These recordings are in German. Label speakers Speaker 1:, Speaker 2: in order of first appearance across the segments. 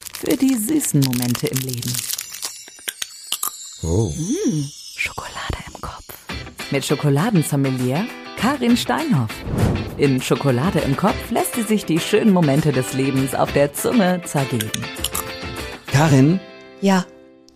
Speaker 1: Für die süßen Momente im Leben.
Speaker 2: Oh.
Speaker 1: Schokolade im Kopf. Mit Schokoladensommelier Karin Steinhoff. In Schokolade im Kopf lässt sie sich die schönen Momente des Lebens auf der Zunge zergeben.
Speaker 2: Karin,
Speaker 3: Ja.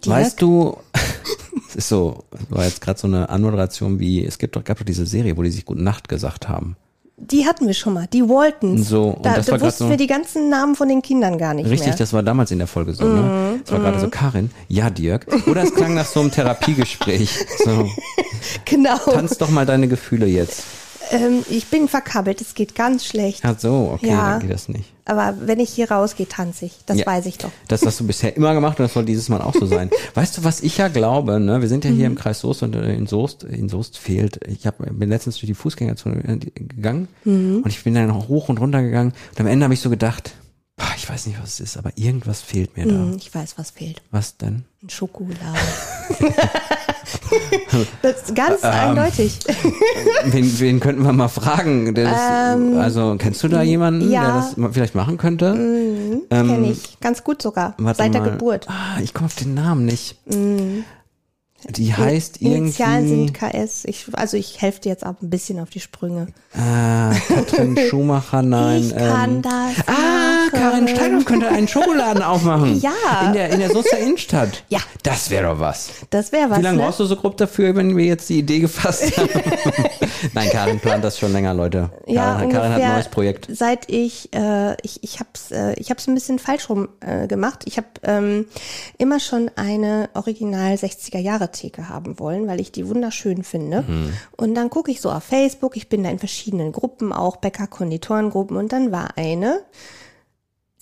Speaker 2: weißt du, es ist so, war jetzt gerade so eine Anmoderation wie, es gibt doch, gab doch diese Serie, wo die sich Gute Nacht gesagt haben.
Speaker 3: Die hatten wir schon mal, die Waltons.
Speaker 2: So, und
Speaker 3: da
Speaker 2: das war
Speaker 3: da
Speaker 2: grad
Speaker 3: wussten
Speaker 2: so-
Speaker 3: wir die ganzen Namen von den Kindern gar nicht
Speaker 2: Richtig,
Speaker 3: mehr.
Speaker 2: das war damals in der Folge so, ne? Es war gerade so, Karin, ja Dirk. Oder es klang nach so einem Therapiegespräch. So,
Speaker 3: genau.
Speaker 2: tanz doch mal deine Gefühle jetzt.
Speaker 3: Ähm, ich bin verkabbelt, es geht ganz schlecht.
Speaker 2: Ach so, okay,
Speaker 3: Ja.
Speaker 2: dann geht das nicht.
Speaker 3: Aber wenn ich hier rausgehe, tanze ich. Das
Speaker 2: Ja.
Speaker 3: weiß ich doch.
Speaker 2: Das hast du bisher immer gemacht und das soll dieses Mal auch so sein. Weißt du, was ich ja glaube, ne? Wir sind ja
Speaker 3: Mhm.
Speaker 2: hier im Kreis Soest und äh, in Soest, in Soest fehlt. Ich hab, bin letztens durch die Fußgängerzone äh, die- gegangen
Speaker 3: Mhm.
Speaker 2: und ich bin dann hoch und runter gegangen und am Ende habe ich so gedacht, "Pah, ich weiß nicht, was es ist, aber irgendwas fehlt mir da.
Speaker 3: Hm, Ich weiß, was fehlt.
Speaker 2: Was denn?
Speaker 3: Ein Schokolade. das ist
Speaker 2: Ähm,
Speaker 3: ganz eindeutig.
Speaker 2: Wen, wen könnten wir mal fragen? Der das, also kennst du da jemanden, der
Speaker 3: Ähm, ja.
Speaker 2: das mal vielleicht machen könnte?
Speaker 3: Kenn ich. Ganz gut sogar.
Speaker 2: ähm, Warte
Speaker 3: Seit der
Speaker 2: mal.
Speaker 3: Geburt. Mhm.
Speaker 2: Ah, ich komme auf den Namen nicht. Die heißt
Speaker 3: Initialen
Speaker 2: irgendwie
Speaker 3: sind KS. Ich, also ich helfe dir jetzt ab ein bisschen auf die Sprünge.
Speaker 2: ah, Katrin Schumacher, nein.
Speaker 3: ich kann
Speaker 2: ähm,
Speaker 3: das.
Speaker 2: Ah, Karin Steinhoff könnte einen Schokoladen aufmachen.
Speaker 3: Ja.
Speaker 2: In der, in der Soester Innenstadt.
Speaker 3: Ja.
Speaker 2: Das wäre doch was.
Speaker 3: Das wäre was.
Speaker 2: Wie lange
Speaker 3: ne?
Speaker 2: brauchst du so grob dafür, wenn wir jetzt die Idee gefasst haben? Nein, Karin plant das schon länger, Leute.
Speaker 3: Ja,
Speaker 2: Karin, Karin hat ein
Speaker 3: ungefähr
Speaker 2: neues Projekt.
Speaker 3: Seit ich, äh, ich, ich hab's, äh, ich hab's ein bisschen falsch rum äh, gemacht. Ich habe ähm, immer schon eine Original 60er Jahre Theke haben wollen, weil ich die wunderschön finde.
Speaker 2: Mhm.
Speaker 3: Und dann gucke ich so auf Facebook, ich bin da in verschiedenen Gruppen, auch Bäcker, Konditorengruppen und dann war eine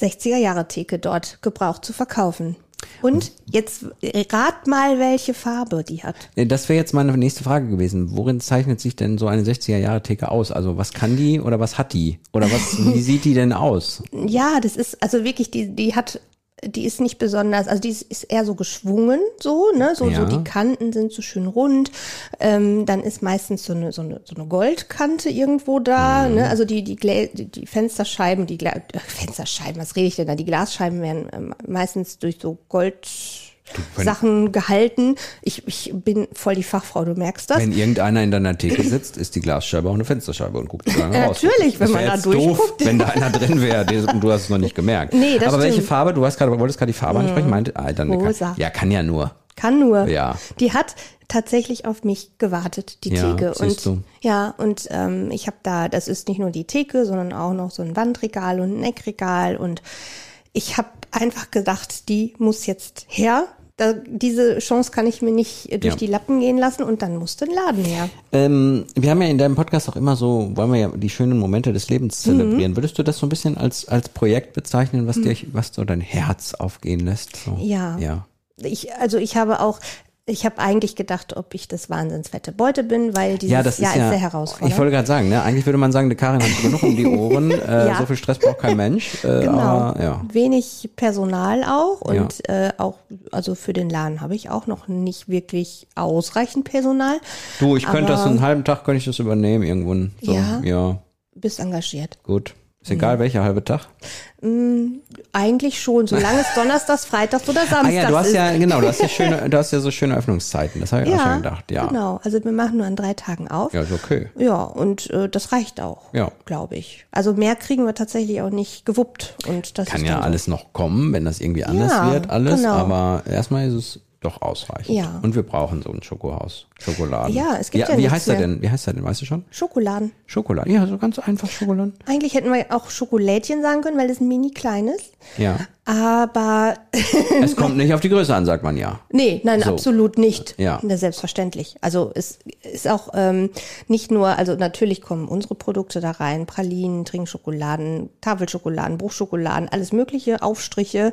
Speaker 3: 60er Jahre Theke dort gebraucht zu verkaufen. Und
Speaker 2: Mhm.
Speaker 3: jetzt äh, rat mal, welche Farbe die hat.
Speaker 2: Äh, Das wäre jetzt meine nächste Frage gewesen. Worin zeichnet sich denn so eine 60er-Jahre-Theke aus? Also was kann die oder was hat die? Oder was, wie sieht die denn aus?
Speaker 3: Ja, das ist also wirklich, die, die hat, die ist nicht besonders, also die ist, ist eher so geschwungen, so, ne? So,
Speaker 2: Ja.
Speaker 3: so die Kanten sind so schön rund. Ähm, dann ist meistens so eine, so eine, so eine Goldkante irgendwo da, ne? Also die, die, Glä die, die Fensterscheiben, die Gla äh, Fensterscheiben, was rede ich denn da? Die Glasscheiben werden ähm, meistens durch so Gold. Sachen gehalten. Ich, ich bin voll die Fachfrau, du merkst das.
Speaker 2: Wenn irgendeiner in deiner Theke sitzt, ist die Glasscheibe auch eine Fensterscheibe und guckt da
Speaker 3: Ja,
Speaker 2: raus.
Speaker 3: natürlich, wenn
Speaker 2: Das wär
Speaker 3: man da
Speaker 2: jetzt doof,
Speaker 3: durchguckt.
Speaker 2: wenn da einer drin wäre der- und du hast es noch nicht gemerkt.
Speaker 3: Nee, das
Speaker 2: Aber welche
Speaker 3: stimmt. Mhm.
Speaker 2: Farbe? Du hast gerade, wolltest gerade die Farbe ansprechen. Meinte, ah, dann,
Speaker 3: Rosa.
Speaker 2: Ja, kann ja nur.
Speaker 3: Kann nur.
Speaker 2: Ja.
Speaker 3: Die hat tatsächlich auf mich gewartet, die
Speaker 2: Ja,
Speaker 3: Theke.
Speaker 2: siehst
Speaker 3: und ja, und ähm, ich habe da, das ist nicht nur die Theke, sondern auch noch so ein Wandregal und ein Eckregal. Und ich habe einfach gedacht, die muss jetzt her. Da, diese Chance kann ich mir nicht äh, durch
Speaker 2: Ja.
Speaker 3: die Lappen gehen lassen und dann musste ein Laden her.
Speaker 2: Ähm, wir haben ja in deinem Podcast auch immer so, wollen wir ja die schönen Momente des Lebens
Speaker 3: Mhm.
Speaker 2: zelebrieren. Würdest du das so ein bisschen als, als Projekt bezeichnen, was dir, was so dein Herz aufgehen lässt? So,
Speaker 3: Ja.
Speaker 2: Ja.
Speaker 3: Ich, also ich habe auch, ich habe eigentlich gedacht, ob ich das wahnsinnsfette Beute bin, weil dieses
Speaker 2: Ja, das
Speaker 3: Jahr
Speaker 2: ist ja,
Speaker 3: sehr herausfordernd.
Speaker 2: ich wollte gerade sagen, ne? eigentlich würde man sagen, die Karin hat genug um die Ohren, äh,
Speaker 3: Ja.
Speaker 2: so viel Stress braucht kein Mensch, äh,
Speaker 3: Genau.
Speaker 2: aber ja.
Speaker 3: Wenig Personal auch und äh, auch, also für den Laden habe ich auch noch nicht wirklich ausreichend Personal.
Speaker 2: Du, ich könnte das
Speaker 3: Aber-
Speaker 2: einen halben Tag, könnte ich das übernehmen irgendwann. So, ja.
Speaker 3: Ja? Hm.
Speaker 2: ja,
Speaker 3: Bist engagiert.
Speaker 2: gut. Ist egal, welcher halbe Tag.
Speaker 3: Eigentlich schon, solange es Donnerstags, Freitags oder Samstags
Speaker 2: Ah ja, du hast
Speaker 3: ist.
Speaker 2: ja, genau, du hast ja schöne, du hast ja so schöne Öffnungszeiten, das habe ich auch schon gedacht, ja.
Speaker 3: Genau, also wir machen nur an drei Tagen auf.
Speaker 2: Ja, ist okay.
Speaker 3: Ja, und äh, das reicht auch,
Speaker 2: Ja.
Speaker 3: glaube ich. Also mehr kriegen wir tatsächlich auch nicht gewuppt. Und das
Speaker 2: Kann
Speaker 3: ist
Speaker 2: ja
Speaker 3: dann so.
Speaker 2: alles noch kommen, wenn das irgendwie anders
Speaker 3: Ja,
Speaker 2: wird, alles,
Speaker 3: genau.
Speaker 2: aber erstmal ist es doch ausreichend.
Speaker 3: Ja.
Speaker 2: Und wir brauchen so ein Schokohaus, Schokoladen.
Speaker 3: Ja, es gibt ja
Speaker 2: Wie
Speaker 3: nichts
Speaker 2: heißt er
Speaker 3: mehr.
Speaker 2: denn? Wie heißt er denn? Weißt du schon?
Speaker 3: Schokoladen.
Speaker 2: Schokoladen. Ja, so ganz einfach Schokoladen.
Speaker 3: Eigentlich hätten wir auch Schokolädchen sagen können, weil es ein mini kleines.
Speaker 2: Ja.
Speaker 3: Aber
Speaker 2: Es kommt nicht auf die Größe an, sagt man ja.
Speaker 3: Nee, nein,
Speaker 2: So.
Speaker 3: absolut nicht.
Speaker 2: Ja.
Speaker 3: Na, Selbstverständlich. Also es ist auch ähm, nicht nur, also natürlich kommen unsere Produkte da rein, Pralinen, Trinkschokoladen, Tafelschokoladen, Bruchschokoladen, alles mögliche, Aufstriche.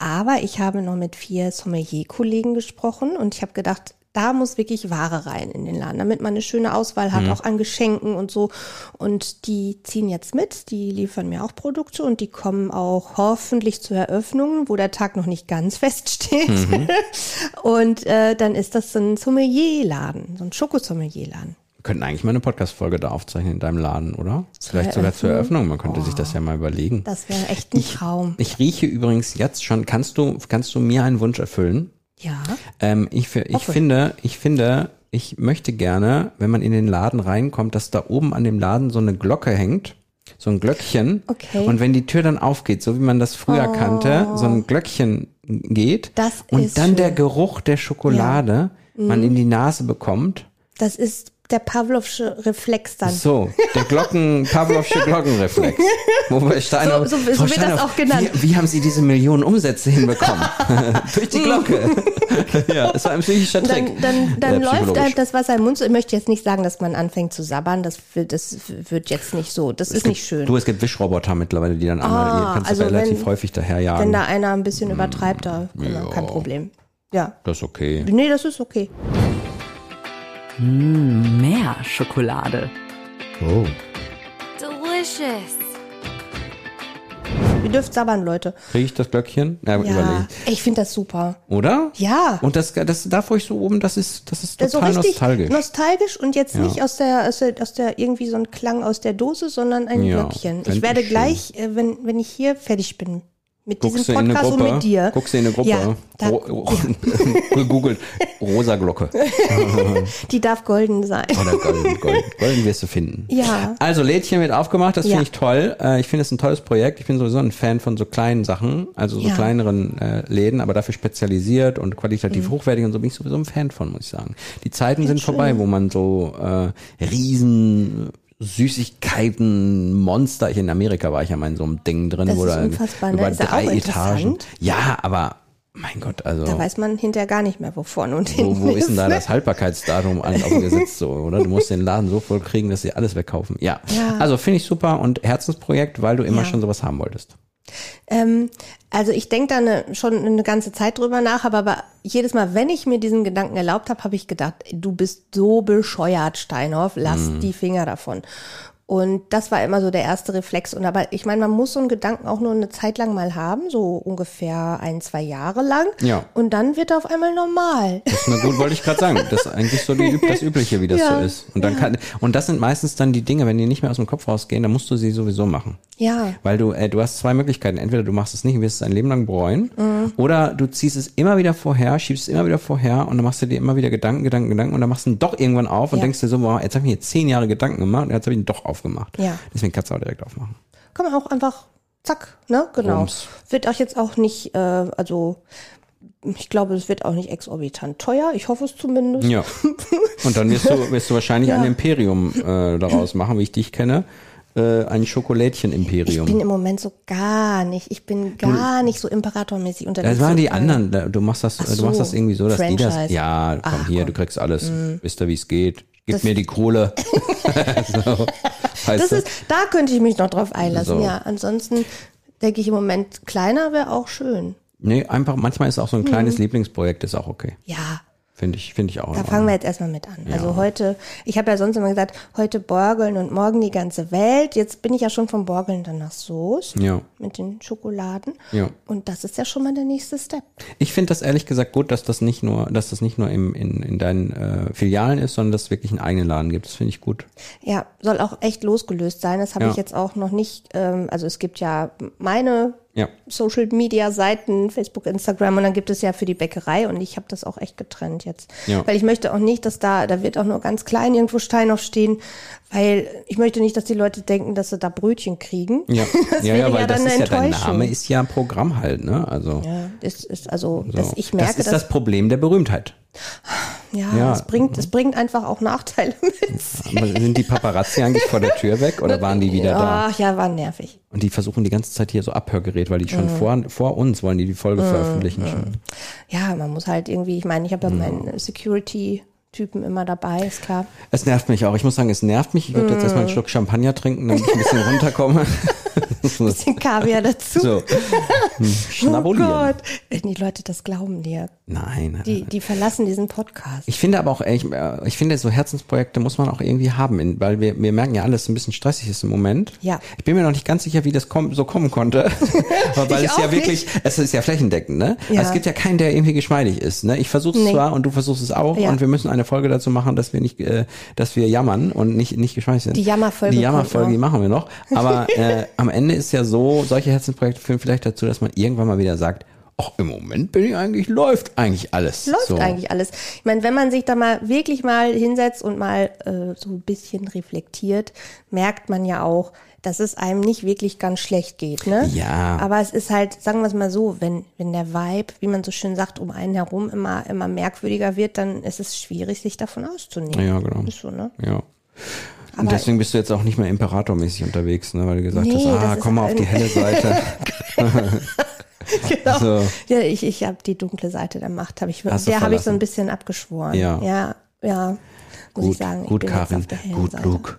Speaker 3: Aber ich habe noch mit vier Sommelier-Kollegen gesprochen und ich habe gedacht, da muss wirklich Ware rein in den Laden, damit man eine schöne Auswahl
Speaker 2: Mhm.
Speaker 3: hat, auch an Geschenken und so. Und die ziehen jetzt mit, die liefern mir auch Produkte und die kommen auch hoffentlich zur Eröffnung, wo der Tag noch nicht ganz feststeht.
Speaker 2: Mhm.
Speaker 3: Und äh, dann ist das so ein Sommelier-Laden, so ein Schokosommelier-Laden.
Speaker 2: könnten eigentlich mal eine Podcast-Folge da aufzeichnen in deinem Laden, oder?
Speaker 3: Zur
Speaker 2: Vielleicht sogar zur
Speaker 3: Eröffnung?
Speaker 2: Eröffnung. Man könnte sich das ja mal überlegen.
Speaker 3: Das wäre echt ein Traum.
Speaker 2: Ich rieche übrigens jetzt schon, kannst du, kannst du mir einen Wunsch erfüllen?
Speaker 3: Ja.
Speaker 2: Ähm, ich, fi- ich
Speaker 3: Hoffe.
Speaker 2: finde, ich finde, ich möchte gerne, wenn man in den Laden reinkommt, dass da oben an dem Laden so eine Glocke hängt. So ein Glöckchen.
Speaker 3: Okay. Oh.
Speaker 2: Und wenn die Tür dann aufgeht, so wie man das früher kannte, so ein Glöckchen geht.
Speaker 3: Das
Speaker 2: und
Speaker 3: ist
Speaker 2: dann der
Speaker 3: schön. Mhm.
Speaker 2: Geruch der Schokolade man in die Nase bekommt.
Speaker 3: Das ist der Pavlovsche Reflex dann.
Speaker 2: So, der Glocken, Pavlovsche Glockenreflex. Wobei Steiner,
Speaker 3: So- so- so
Speaker 2: Frau
Speaker 3: wird das
Speaker 2: Steinhoff,
Speaker 3: auch genannt.
Speaker 2: Wie, wie haben Sie diese Millionen Umsätze hinbekommen? Durch die Glocke. ja, es war ein psychischer Trick.
Speaker 3: Dann, dann,
Speaker 2: Äh,
Speaker 3: dann läuft
Speaker 2: psychologisch.
Speaker 3: einem das Wasser im Mund. Ich möchte jetzt nicht sagen, dass man anfängt zu sabbern. Das, will- das wird jetzt nicht so. Das ist nicht schön.
Speaker 2: Du, es gibt Wischroboter mittlerweile, die dann einmal, die kannst
Speaker 3: also
Speaker 2: du relativ
Speaker 3: wenn-
Speaker 2: häufig daherjagen.
Speaker 3: Wenn da einer ein
Speaker 2: Mm.
Speaker 3: bisschen übertreibt, da kann man- kein Problem. Ja.
Speaker 2: das ist okay.
Speaker 3: Nee, das ist okay.
Speaker 1: Mehr Schokolade.
Speaker 2: Oh.
Speaker 4: Delicious.
Speaker 3: Ihr dürft sabbern, Leute.
Speaker 2: Kriege ich das Glöckchen? Ja,
Speaker 3: Ja.
Speaker 2: überleg.
Speaker 3: Ich finde das super.
Speaker 2: Oder?
Speaker 3: Ja.
Speaker 2: Und das, das, da wo ich so oben, das ist, das ist
Speaker 3: Das ist so
Speaker 2: total
Speaker 3: Also richtig
Speaker 2: nostalgisch.
Speaker 3: nostalgisch und jetzt nicht aus der, aus der, aus der, irgendwie so ein Klang aus der Dose, sondern ein
Speaker 2: Ja,
Speaker 3: Glöckchen.
Speaker 2: fänd
Speaker 3: Ich werde
Speaker 2: ich schön.
Speaker 3: gleich, äh, wenn, wenn ich hier fertig bin, mit
Speaker 2: Guckst du
Speaker 3: diesem
Speaker 2: in eine
Speaker 3: Podcast
Speaker 2: Gruppe?
Speaker 3: und mit dir.
Speaker 2: Guckst du in eine Gruppe?
Speaker 3: Ja, da,
Speaker 2: Ro- ro- Gegoogelt. Rosa Glocke.
Speaker 3: die darf golden sein.
Speaker 2: Oder golden, golden. Golden wirst du finden.
Speaker 3: Ja.
Speaker 2: Also Lädchen wird aufgemacht, das
Speaker 3: Ja.
Speaker 2: finde ich toll. Äh, ich finde es ein tolles Projekt. Ich bin sowieso ein Fan von so kleinen Sachen, also so
Speaker 3: Ja.
Speaker 2: kleineren äh, Läden, aber dafür spezialisiert und
Speaker 3: Mhm.
Speaker 2: qualitativ hochwertig und so bin ich sowieso ein Fan von, muss ich sagen. Die Zeiten sind vorbei, wo man so äh, riesen Süßigkeiten, Monster. Ich in Amerika war ich ja mal in so einem Ding drin,
Speaker 3: Das
Speaker 2: wo
Speaker 3: ist
Speaker 2: da
Speaker 3: unfassbar, ne?
Speaker 2: über
Speaker 3: Ist ja auch
Speaker 2: drei Etagen.
Speaker 3: interessant.
Speaker 2: Ja, aber mein Gott, also
Speaker 3: Da weiß man hinterher gar nicht mehr, wo vorne und
Speaker 2: wo,
Speaker 3: hinten
Speaker 2: wo ist denn da
Speaker 3: ne?
Speaker 2: das Haltbarkeitsdatum an- aufgesetzt so, oder? Du musst den Laden so voll kriegen, dass sie alles wegkaufen. Ja.
Speaker 3: Ja.
Speaker 2: Also finde ich super und Herzensprojekt, weil du immer
Speaker 3: Ja.
Speaker 2: schon sowas haben wolltest.
Speaker 3: Ähm, also ich denke da ne, schon eine ganze Zeit drüber nach, aber, aber jedes Mal, wenn ich mir diesen Gedanken erlaubt habe, habe ich gedacht, du bist so bescheuert, Steinhoff, lass
Speaker 2: Mhm.
Speaker 3: die Finger davon. Und das war immer so der erste Reflex. Und aber ich meine, man muss so einen Gedanken auch nur eine Zeit lang mal haben, so ungefähr ein, zwei Jahre lang.
Speaker 2: Ja.
Speaker 3: Und dann wird er auf einmal normal.
Speaker 2: Das ist eine gut, wollte ich gerade sagen. Das ist eigentlich so die, üb- das Übliche, wie das
Speaker 3: Ja.
Speaker 2: so ist. Und dann kann, und das sind meistens dann die Dinge, wenn die nicht mehr aus dem Kopf rausgehen, dann musst du sie sowieso machen.
Speaker 3: Ja.
Speaker 2: Weil du, äh, du hast zwei Möglichkeiten. Entweder du machst es nicht und wirst es ein Leben lang bereuen, oder du ziehst es immer wieder vorher, schiebst es immer wieder vorher und dann machst du dir immer wieder Gedanken, Gedanken, Gedanken und dann machst du ihn doch irgendwann auf und
Speaker 3: Ja.
Speaker 2: denkst dir so, wow, jetzt habe ich mir zehn Jahre Gedanken gemacht und jetzt habe ich ihn doch aufgemacht.
Speaker 3: Ja.
Speaker 2: Deswegen kannst du auch direkt aufmachen.
Speaker 3: kann man auch einfach zack, ne? Genau.
Speaker 2: Rums.
Speaker 3: Wird auch jetzt auch nicht, äh, also ich glaube, es wird auch nicht exorbitant teuer. Ich hoffe es zumindest.
Speaker 2: Ja. Und dann wirst du, wirst du wahrscheinlich ein Imperium äh, daraus machen, wie ich dich kenne. Äh, ein
Speaker 3: Ich bin
Speaker 2: Schokolädchen-Imperium.
Speaker 3: im Moment so gar nicht, ich bin gar nicht so imperatormäßig unterwegs.
Speaker 2: Das waren die
Speaker 3: So, äh,
Speaker 2: anderen. da- Du machst das, äh, du
Speaker 3: so.
Speaker 2: machst das irgendwie so, dass die das.
Speaker 3: Franchise.
Speaker 2: Ja, komm hier,
Speaker 3: Ach, komm. Mhm.
Speaker 2: du kriegst alles. Wisst ihr, wie es geht? Gib
Speaker 3: Das-
Speaker 2: mir die Kohle. so, weißt
Speaker 3: Das
Speaker 2: du?
Speaker 3: ist, da könnte ich mich noch drauf einlassen,
Speaker 2: So.
Speaker 3: ja. Ansonsten denke ich im Moment, kleiner wäre auch schön.
Speaker 2: Nee, einfach, manchmal ist auch so ein kleines Lieblingsprojekt, ist auch okay.
Speaker 3: Ja,
Speaker 2: Finde ich, finde ich auch. in
Speaker 3: Mhm. da
Speaker 2: Ordnung.
Speaker 3: fangen wir jetzt erstmal mit an. Also heute, ich habe ja sonst immer gesagt, heute Borgeln und morgen die ganze Welt. Jetzt bin ich ja schon vom Borgeln dann nach Soße.
Speaker 2: Ja.
Speaker 3: mit den Schokoladen.
Speaker 2: Ja.
Speaker 3: Und das ist ja schon mal der nächste Step.
Speaker 2: Ich finde das ehrlich gesagt gut, dass das nicht nur, dass das nicht nur im, in, in deinen äh, Filialen ist, sondern dass es wirklich einen eigenen Laden gibt. Das finde ich gut.
Speaker 3: Ja, soll auch echt losgelöst sein. Das habe
Speaker 2: Ja.
Speaker 3: ich jetzt auch noch nicht. Ähm, also es gibt ja meine
Speaker 2: Ja.
Speaker 3: Social Media Seiten, Facebook, Instagram und dann gibt es ja für die Bäckerei und ich habe das auch echt getrennt jetzt.
Speaker 2: Ja.
Speaker 3: Weil ich möchte auch nicht, dass da, da wird auch nur ganz klein irgendwo Stein aufstehen, weil ich möchte nicht, dass die Leute denken, dass sie da Brötchen kriegen.
Speaker 2: Ja,
Speaker 3: Das
Speaker 2: ja,
Speaker 3: wäre
Speaker 2: ja, weil
Speaker 3: ja
Speaker 2: das
Speaker 3: dann
Speaker 2: ist
Speaker 3: eine
Speaker 2: ja dein
Speaker 3: Enttäuschung.
Speaker 2: Name ist ja Programm halt, ne? Also
Speaker 3: ja, ist, ist also,
Speaker 2: so.
Speaker 3: dass ich merke,
Speaker 2: das ist
Speaker 3: dass,
Speaker 2: das Problem der Berühmtheit.
Speaker 3: ja,
Speaker 2: ja. Mhm.
Speaker 3: Es, bringt, es bringt einfach auch Nachteile mit
Speaker 2: Aber sind die Paparazzi eigentlich vor der Tür weg oder waren die wieder
Speaker 3: ja,
Speaker 2: da?
Speaker 3: Ach ja, war nervig.
Speaker 2: Und die versuchen die ganze Zeit hier so Abhörgerät, weil die schon vor, vor uns wollen die die Folge veröffentlichen. Schon.
Speaker 3: Ja, man muss halt irgendwie, ich meine, ich
Speaker 2: Mhm.
Speaker 3: habe ja meinen Security-Typen immer dabei, ist klar.
Speaker 2: Es nervt mich auch. Ich muss sagen, es nervt mich. Ich würde jetzt erstmal einen Schluck Champagner trinken, damit ich ein bisschen runterkomme.
Speaker 3: bisschen Kaviar dazu.
Speaker 2: So. Hm. Schnabulieren.
Speaker 3: Oh Gott. Die Leute, das glauben dir.
Speaker 2: Nein.
Speaker 3: Die, die verlassen diesen Podcast.
Speaker 2: Äh. Ich finde aber auch, ich, äh, ich finde, so Herzensprojekte muss man auch irgendwie haben, in, weil wir, wir merken ja alles ein bisschen stressig ist im Moment.
Speaker 3: Ja.
Speaker 2: Ich bin mir noch nicht ganz sicher, wie das komm, so kommen konnte. Aber weil
Speaker 3: Ich
Speaker 2: es ja
Speaker 3: auch
Speaker 2: wirklich, es ist ja flächendeckend, ne?
Speaker 3: Ja.
Speaker 2: Also es gibt ja keinen, der irgendwie geschmeidig ist. Ne? Ich versuche es
Speaker 3: Nee.
Speaker 2: zwar und du versuchst es auch
Speaker 3: Ja.
Speaker 2: und wir müssen eine Folge dazu machen, dass wir nicht, äh, dass wir jammern und nicht, nicht geschmeidig sind.
Speaker 3: Die Jammerfolge
Speaker 2: Die
Speaker 3: kommt
Speaker 2: Jammerfolge,
Speaker 3: noch.
Speaker 2: die machen wir noch. Aber äh, am Ende ist ja so, solche Herzensprojekte führen vielleicht dazu, dass man irgendwann mal wieder sagt, ach, im Moment bin ich eigentlich, läuft eigentlich alles.
Speaker 3: Läuft
Speaker 2: so.
Speaker 3: eigentlich alles. Ich meine, wenn man sich da mal wirklich mal hinsetzt und mal äh, so ein bisschen reflektiert, merkt man ja auch, dass es einem nicht wirklich ganz schlecht geht. Ne?
Speaker 2: Ja.
Speaker 3: Aber es ist halt, sagen wir es mal so, wenn, wenn der Vibe, wie man so schön sagt, um einen herum immer, immer merkwürdiger wird, dann ist es schwierig, sich davon auszunehmen.
Speaker 2: Ja, genau.
Speaker 3: Ist so, ne?
Speaker 2: Ja.
Speaker 3: Aber-
Speaker 2: Und deswegen bist du jetzt auch nicht mehr imperatormäßig unterwegs, ne? weil du gesagt
Speaker 3: Nee,
Speaker 2: hast, ah,
Speaker 3: das ist
Speaker 2: komm mal auf
Speaker 3: ein-
Speaker 2: die helle Seite.
Speaker 3: genau.
Speaker 2: So.
Speaker 3: Ja, ich, ich habe die dunkle Seite der Macht, habe ich,
Speaker 2: Also, Hast du
Speaker 3: der habe ich so
Speaker 2: verlassen.
Speaker 3: ein bisschen abgeschworen.
Speaker 2: Ja.
Speaker 3: Ja, ja. Muss ich
Speaker 2: gut,
Speaker 3: sagen.
Speaker 2: gut
Speaker 3: ich bin jetzt
Speaker 2: Karin,
Speaker 3: auf der hellen
Speaker 2: gut
Speaker 3: Seite.
Speaker 2: Luke.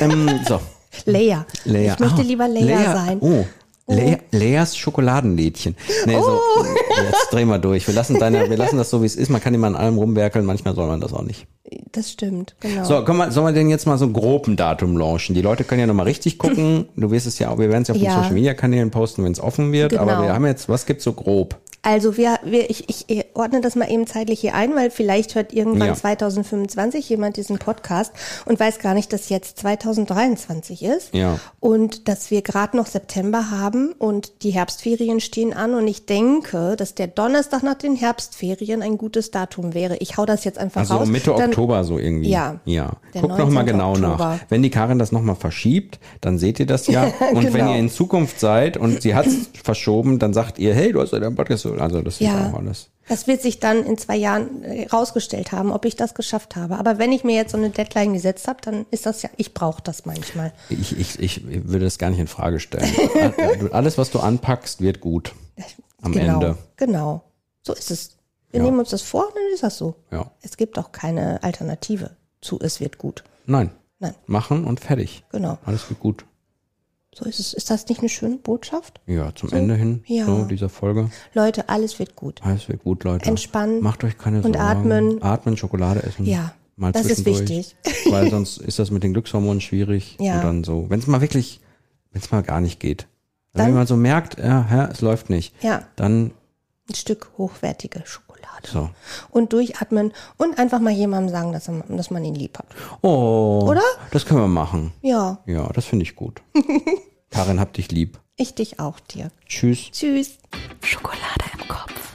Speaker 2: ähm, so,
Speaker 3: Leia.
Speaker 2: Leia.
Speaker 3: Ich möchte
Speaker 2: Ah,
Speaker 3: lieber Leia, sein.
Speaker 2: Oh. Le Leas Schokoladenlädchen. Nee,
Speaker 3: Oh.
Speaker 2: so, jetzt dreh mal durch. Wir lassen, deine, wir lassen das so, wie es ist. Man kann immer an allem rumwerkeln, manchmal soll man das auch nicht.
Speaker 3: Das stimmt, genau.
Speaker 2: So, komm mal, sollen wir denn jetzt mal so ein groben Datum launchen? Die Leute können ja nochmal richtig gucken. Du wirst es ja auch, wir werden es ja auf den
Speaker 3: Ja.
Speaker 2: Social Media Kanälen posten, wenn es offen wird. Aber
Speaker 3: Genau.
Speaker 2: wir haben jetzt, was gibt's so grob?
Speaker 3: Also wir, wir ich, ich eh, ordne das mal eben zeitlich hier ein, weil vielleicht hört irgendwann
Speaker 2: Ja.
Speaker 3: 2025 jemand diesen Podcast und weiß gar nicht, dass jetzt 2023 ist.
Speaker 2: Ja.
Speaker 3: Und dass wir gerade noch September haben und die Herbstferien stehen an und ich denke, dass der Donnerstag nach den Herbstferien ein gutes Datum wäre. Ich hau das jetzt einfach
Speaker 2: Also
Speaker 3: raus.
Speaker 2: Mitte
Speaker 3: Dann-
Speaker 2: Oktober so irgendwie.
Speaker 3: Ja.
Speaker 2: Ja.
Speaker 3: Der
Speaker 2: Guckt nochmal
Speaker 3: 19.
Speaker 2: genau
Speaker 3: Oktober.
Speaker 2: nach. Wenn die Karin das nochmal verschiebt, dann seht ihr das ja. Und wenn
Speaker 3: Genau.
Speaker 2: ihr in Zukunft seid und sie hat es verschoben, dann sagt ihr, hey, du hast ja deinen Podcast. gehört. Also das ist
Speaker 3: Ja.
Speaker 2: auch alles.
Speaker 3: Das wird sich dann in zwei Jahren äh, rausgestellt haben, ob ich das geschafft habe. Aber wenn ich mir jetzt so eine Deadline gesetzt habe, dann ist das ja, ich brauche das manchmal.
Speaker 2: Ich, ich, ich würde das gar nicht in Frage stellen. Alles, was du anpackst, wird gut. Am
Speaker 3: genau,
Speaker 2: Ende.
Speaker 3: Genau. So ist es. Wir
Speaker 2: Ja.
Speaker 3: nehmen uns das vor, dann ist das so.
Speaker 2: Ja.
Speaker 3: Es gibt auch keine Alternative zu es wird gut.
Speaker 2: Nein.
Speaker 3: Nein.
Speaker 2: Machen und fertig.
Speaker 3: Genau.
Speaker 2: Alles wird gut.
Speaker 3: So ist es. Ist das nicht eine schöne Botschaft?
Speaker 2: Ja, zum Ende hin
Speaker 3: ja.
Speaker 2: so, dieser Folge.
Speaker 3: Leute, alles wird gut.
Speaker 2: Alles wird gut, Leute.
Speaker 3: Entspannen
Speaker 2: Macht euch keine
Speaker 3: und
Speaker 2: Sorgen.
Speaker 3: atmen.
Speaker 2: Atmen, Schokolade essen.
Speaker 3: Ja,
Speaker 2: Mal
Speaker 3: das ist
Speaker 2: zwischendurch,
Speaker 3: wichtig.
Speaker 2: Weil sonst ist das mit den Glückshormonen schwierig.
Speaker 3: Ja.
Speaker 2: Und dann so, wenn es mal wirklich, wenn es mal gar nicht geht. Dann,
Speaker 3: Dann-
Speaker 2: wenn man so merkt, ja, hä, es läuft nicht.
Speaker 3: Ja.
Speaker 2: Dann
Speaker 3: Ein Stück hochwertige Schokolade.
Speaker 2: so.
Speaker 3: Und durchatmen und einfach mal jemandem sagen, dass, er, dass man ihn lieb hat.
Speaker 2: Oh.
Speaker 3: Oder?
Speaker 2: Das können wir machen.
Speaker 3: Ja,
Speaker 2: Ja, das finde ich gut. Karin, hab dich lieb.
Speaker 3: ich dich auch, Dirk.
Speaker 2: Tschüss.
Speaker 3: Tschüss.
Speaker 1: Schokolade im Kopf.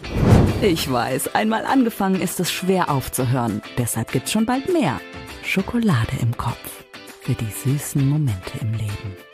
Speaker 1: Ich weiß, einmal angefangen ist es schwer aufzuhören. Deshalb gibt's schon bald mehr. Schokolade im Kopf. Für die süßen Momente im Leben.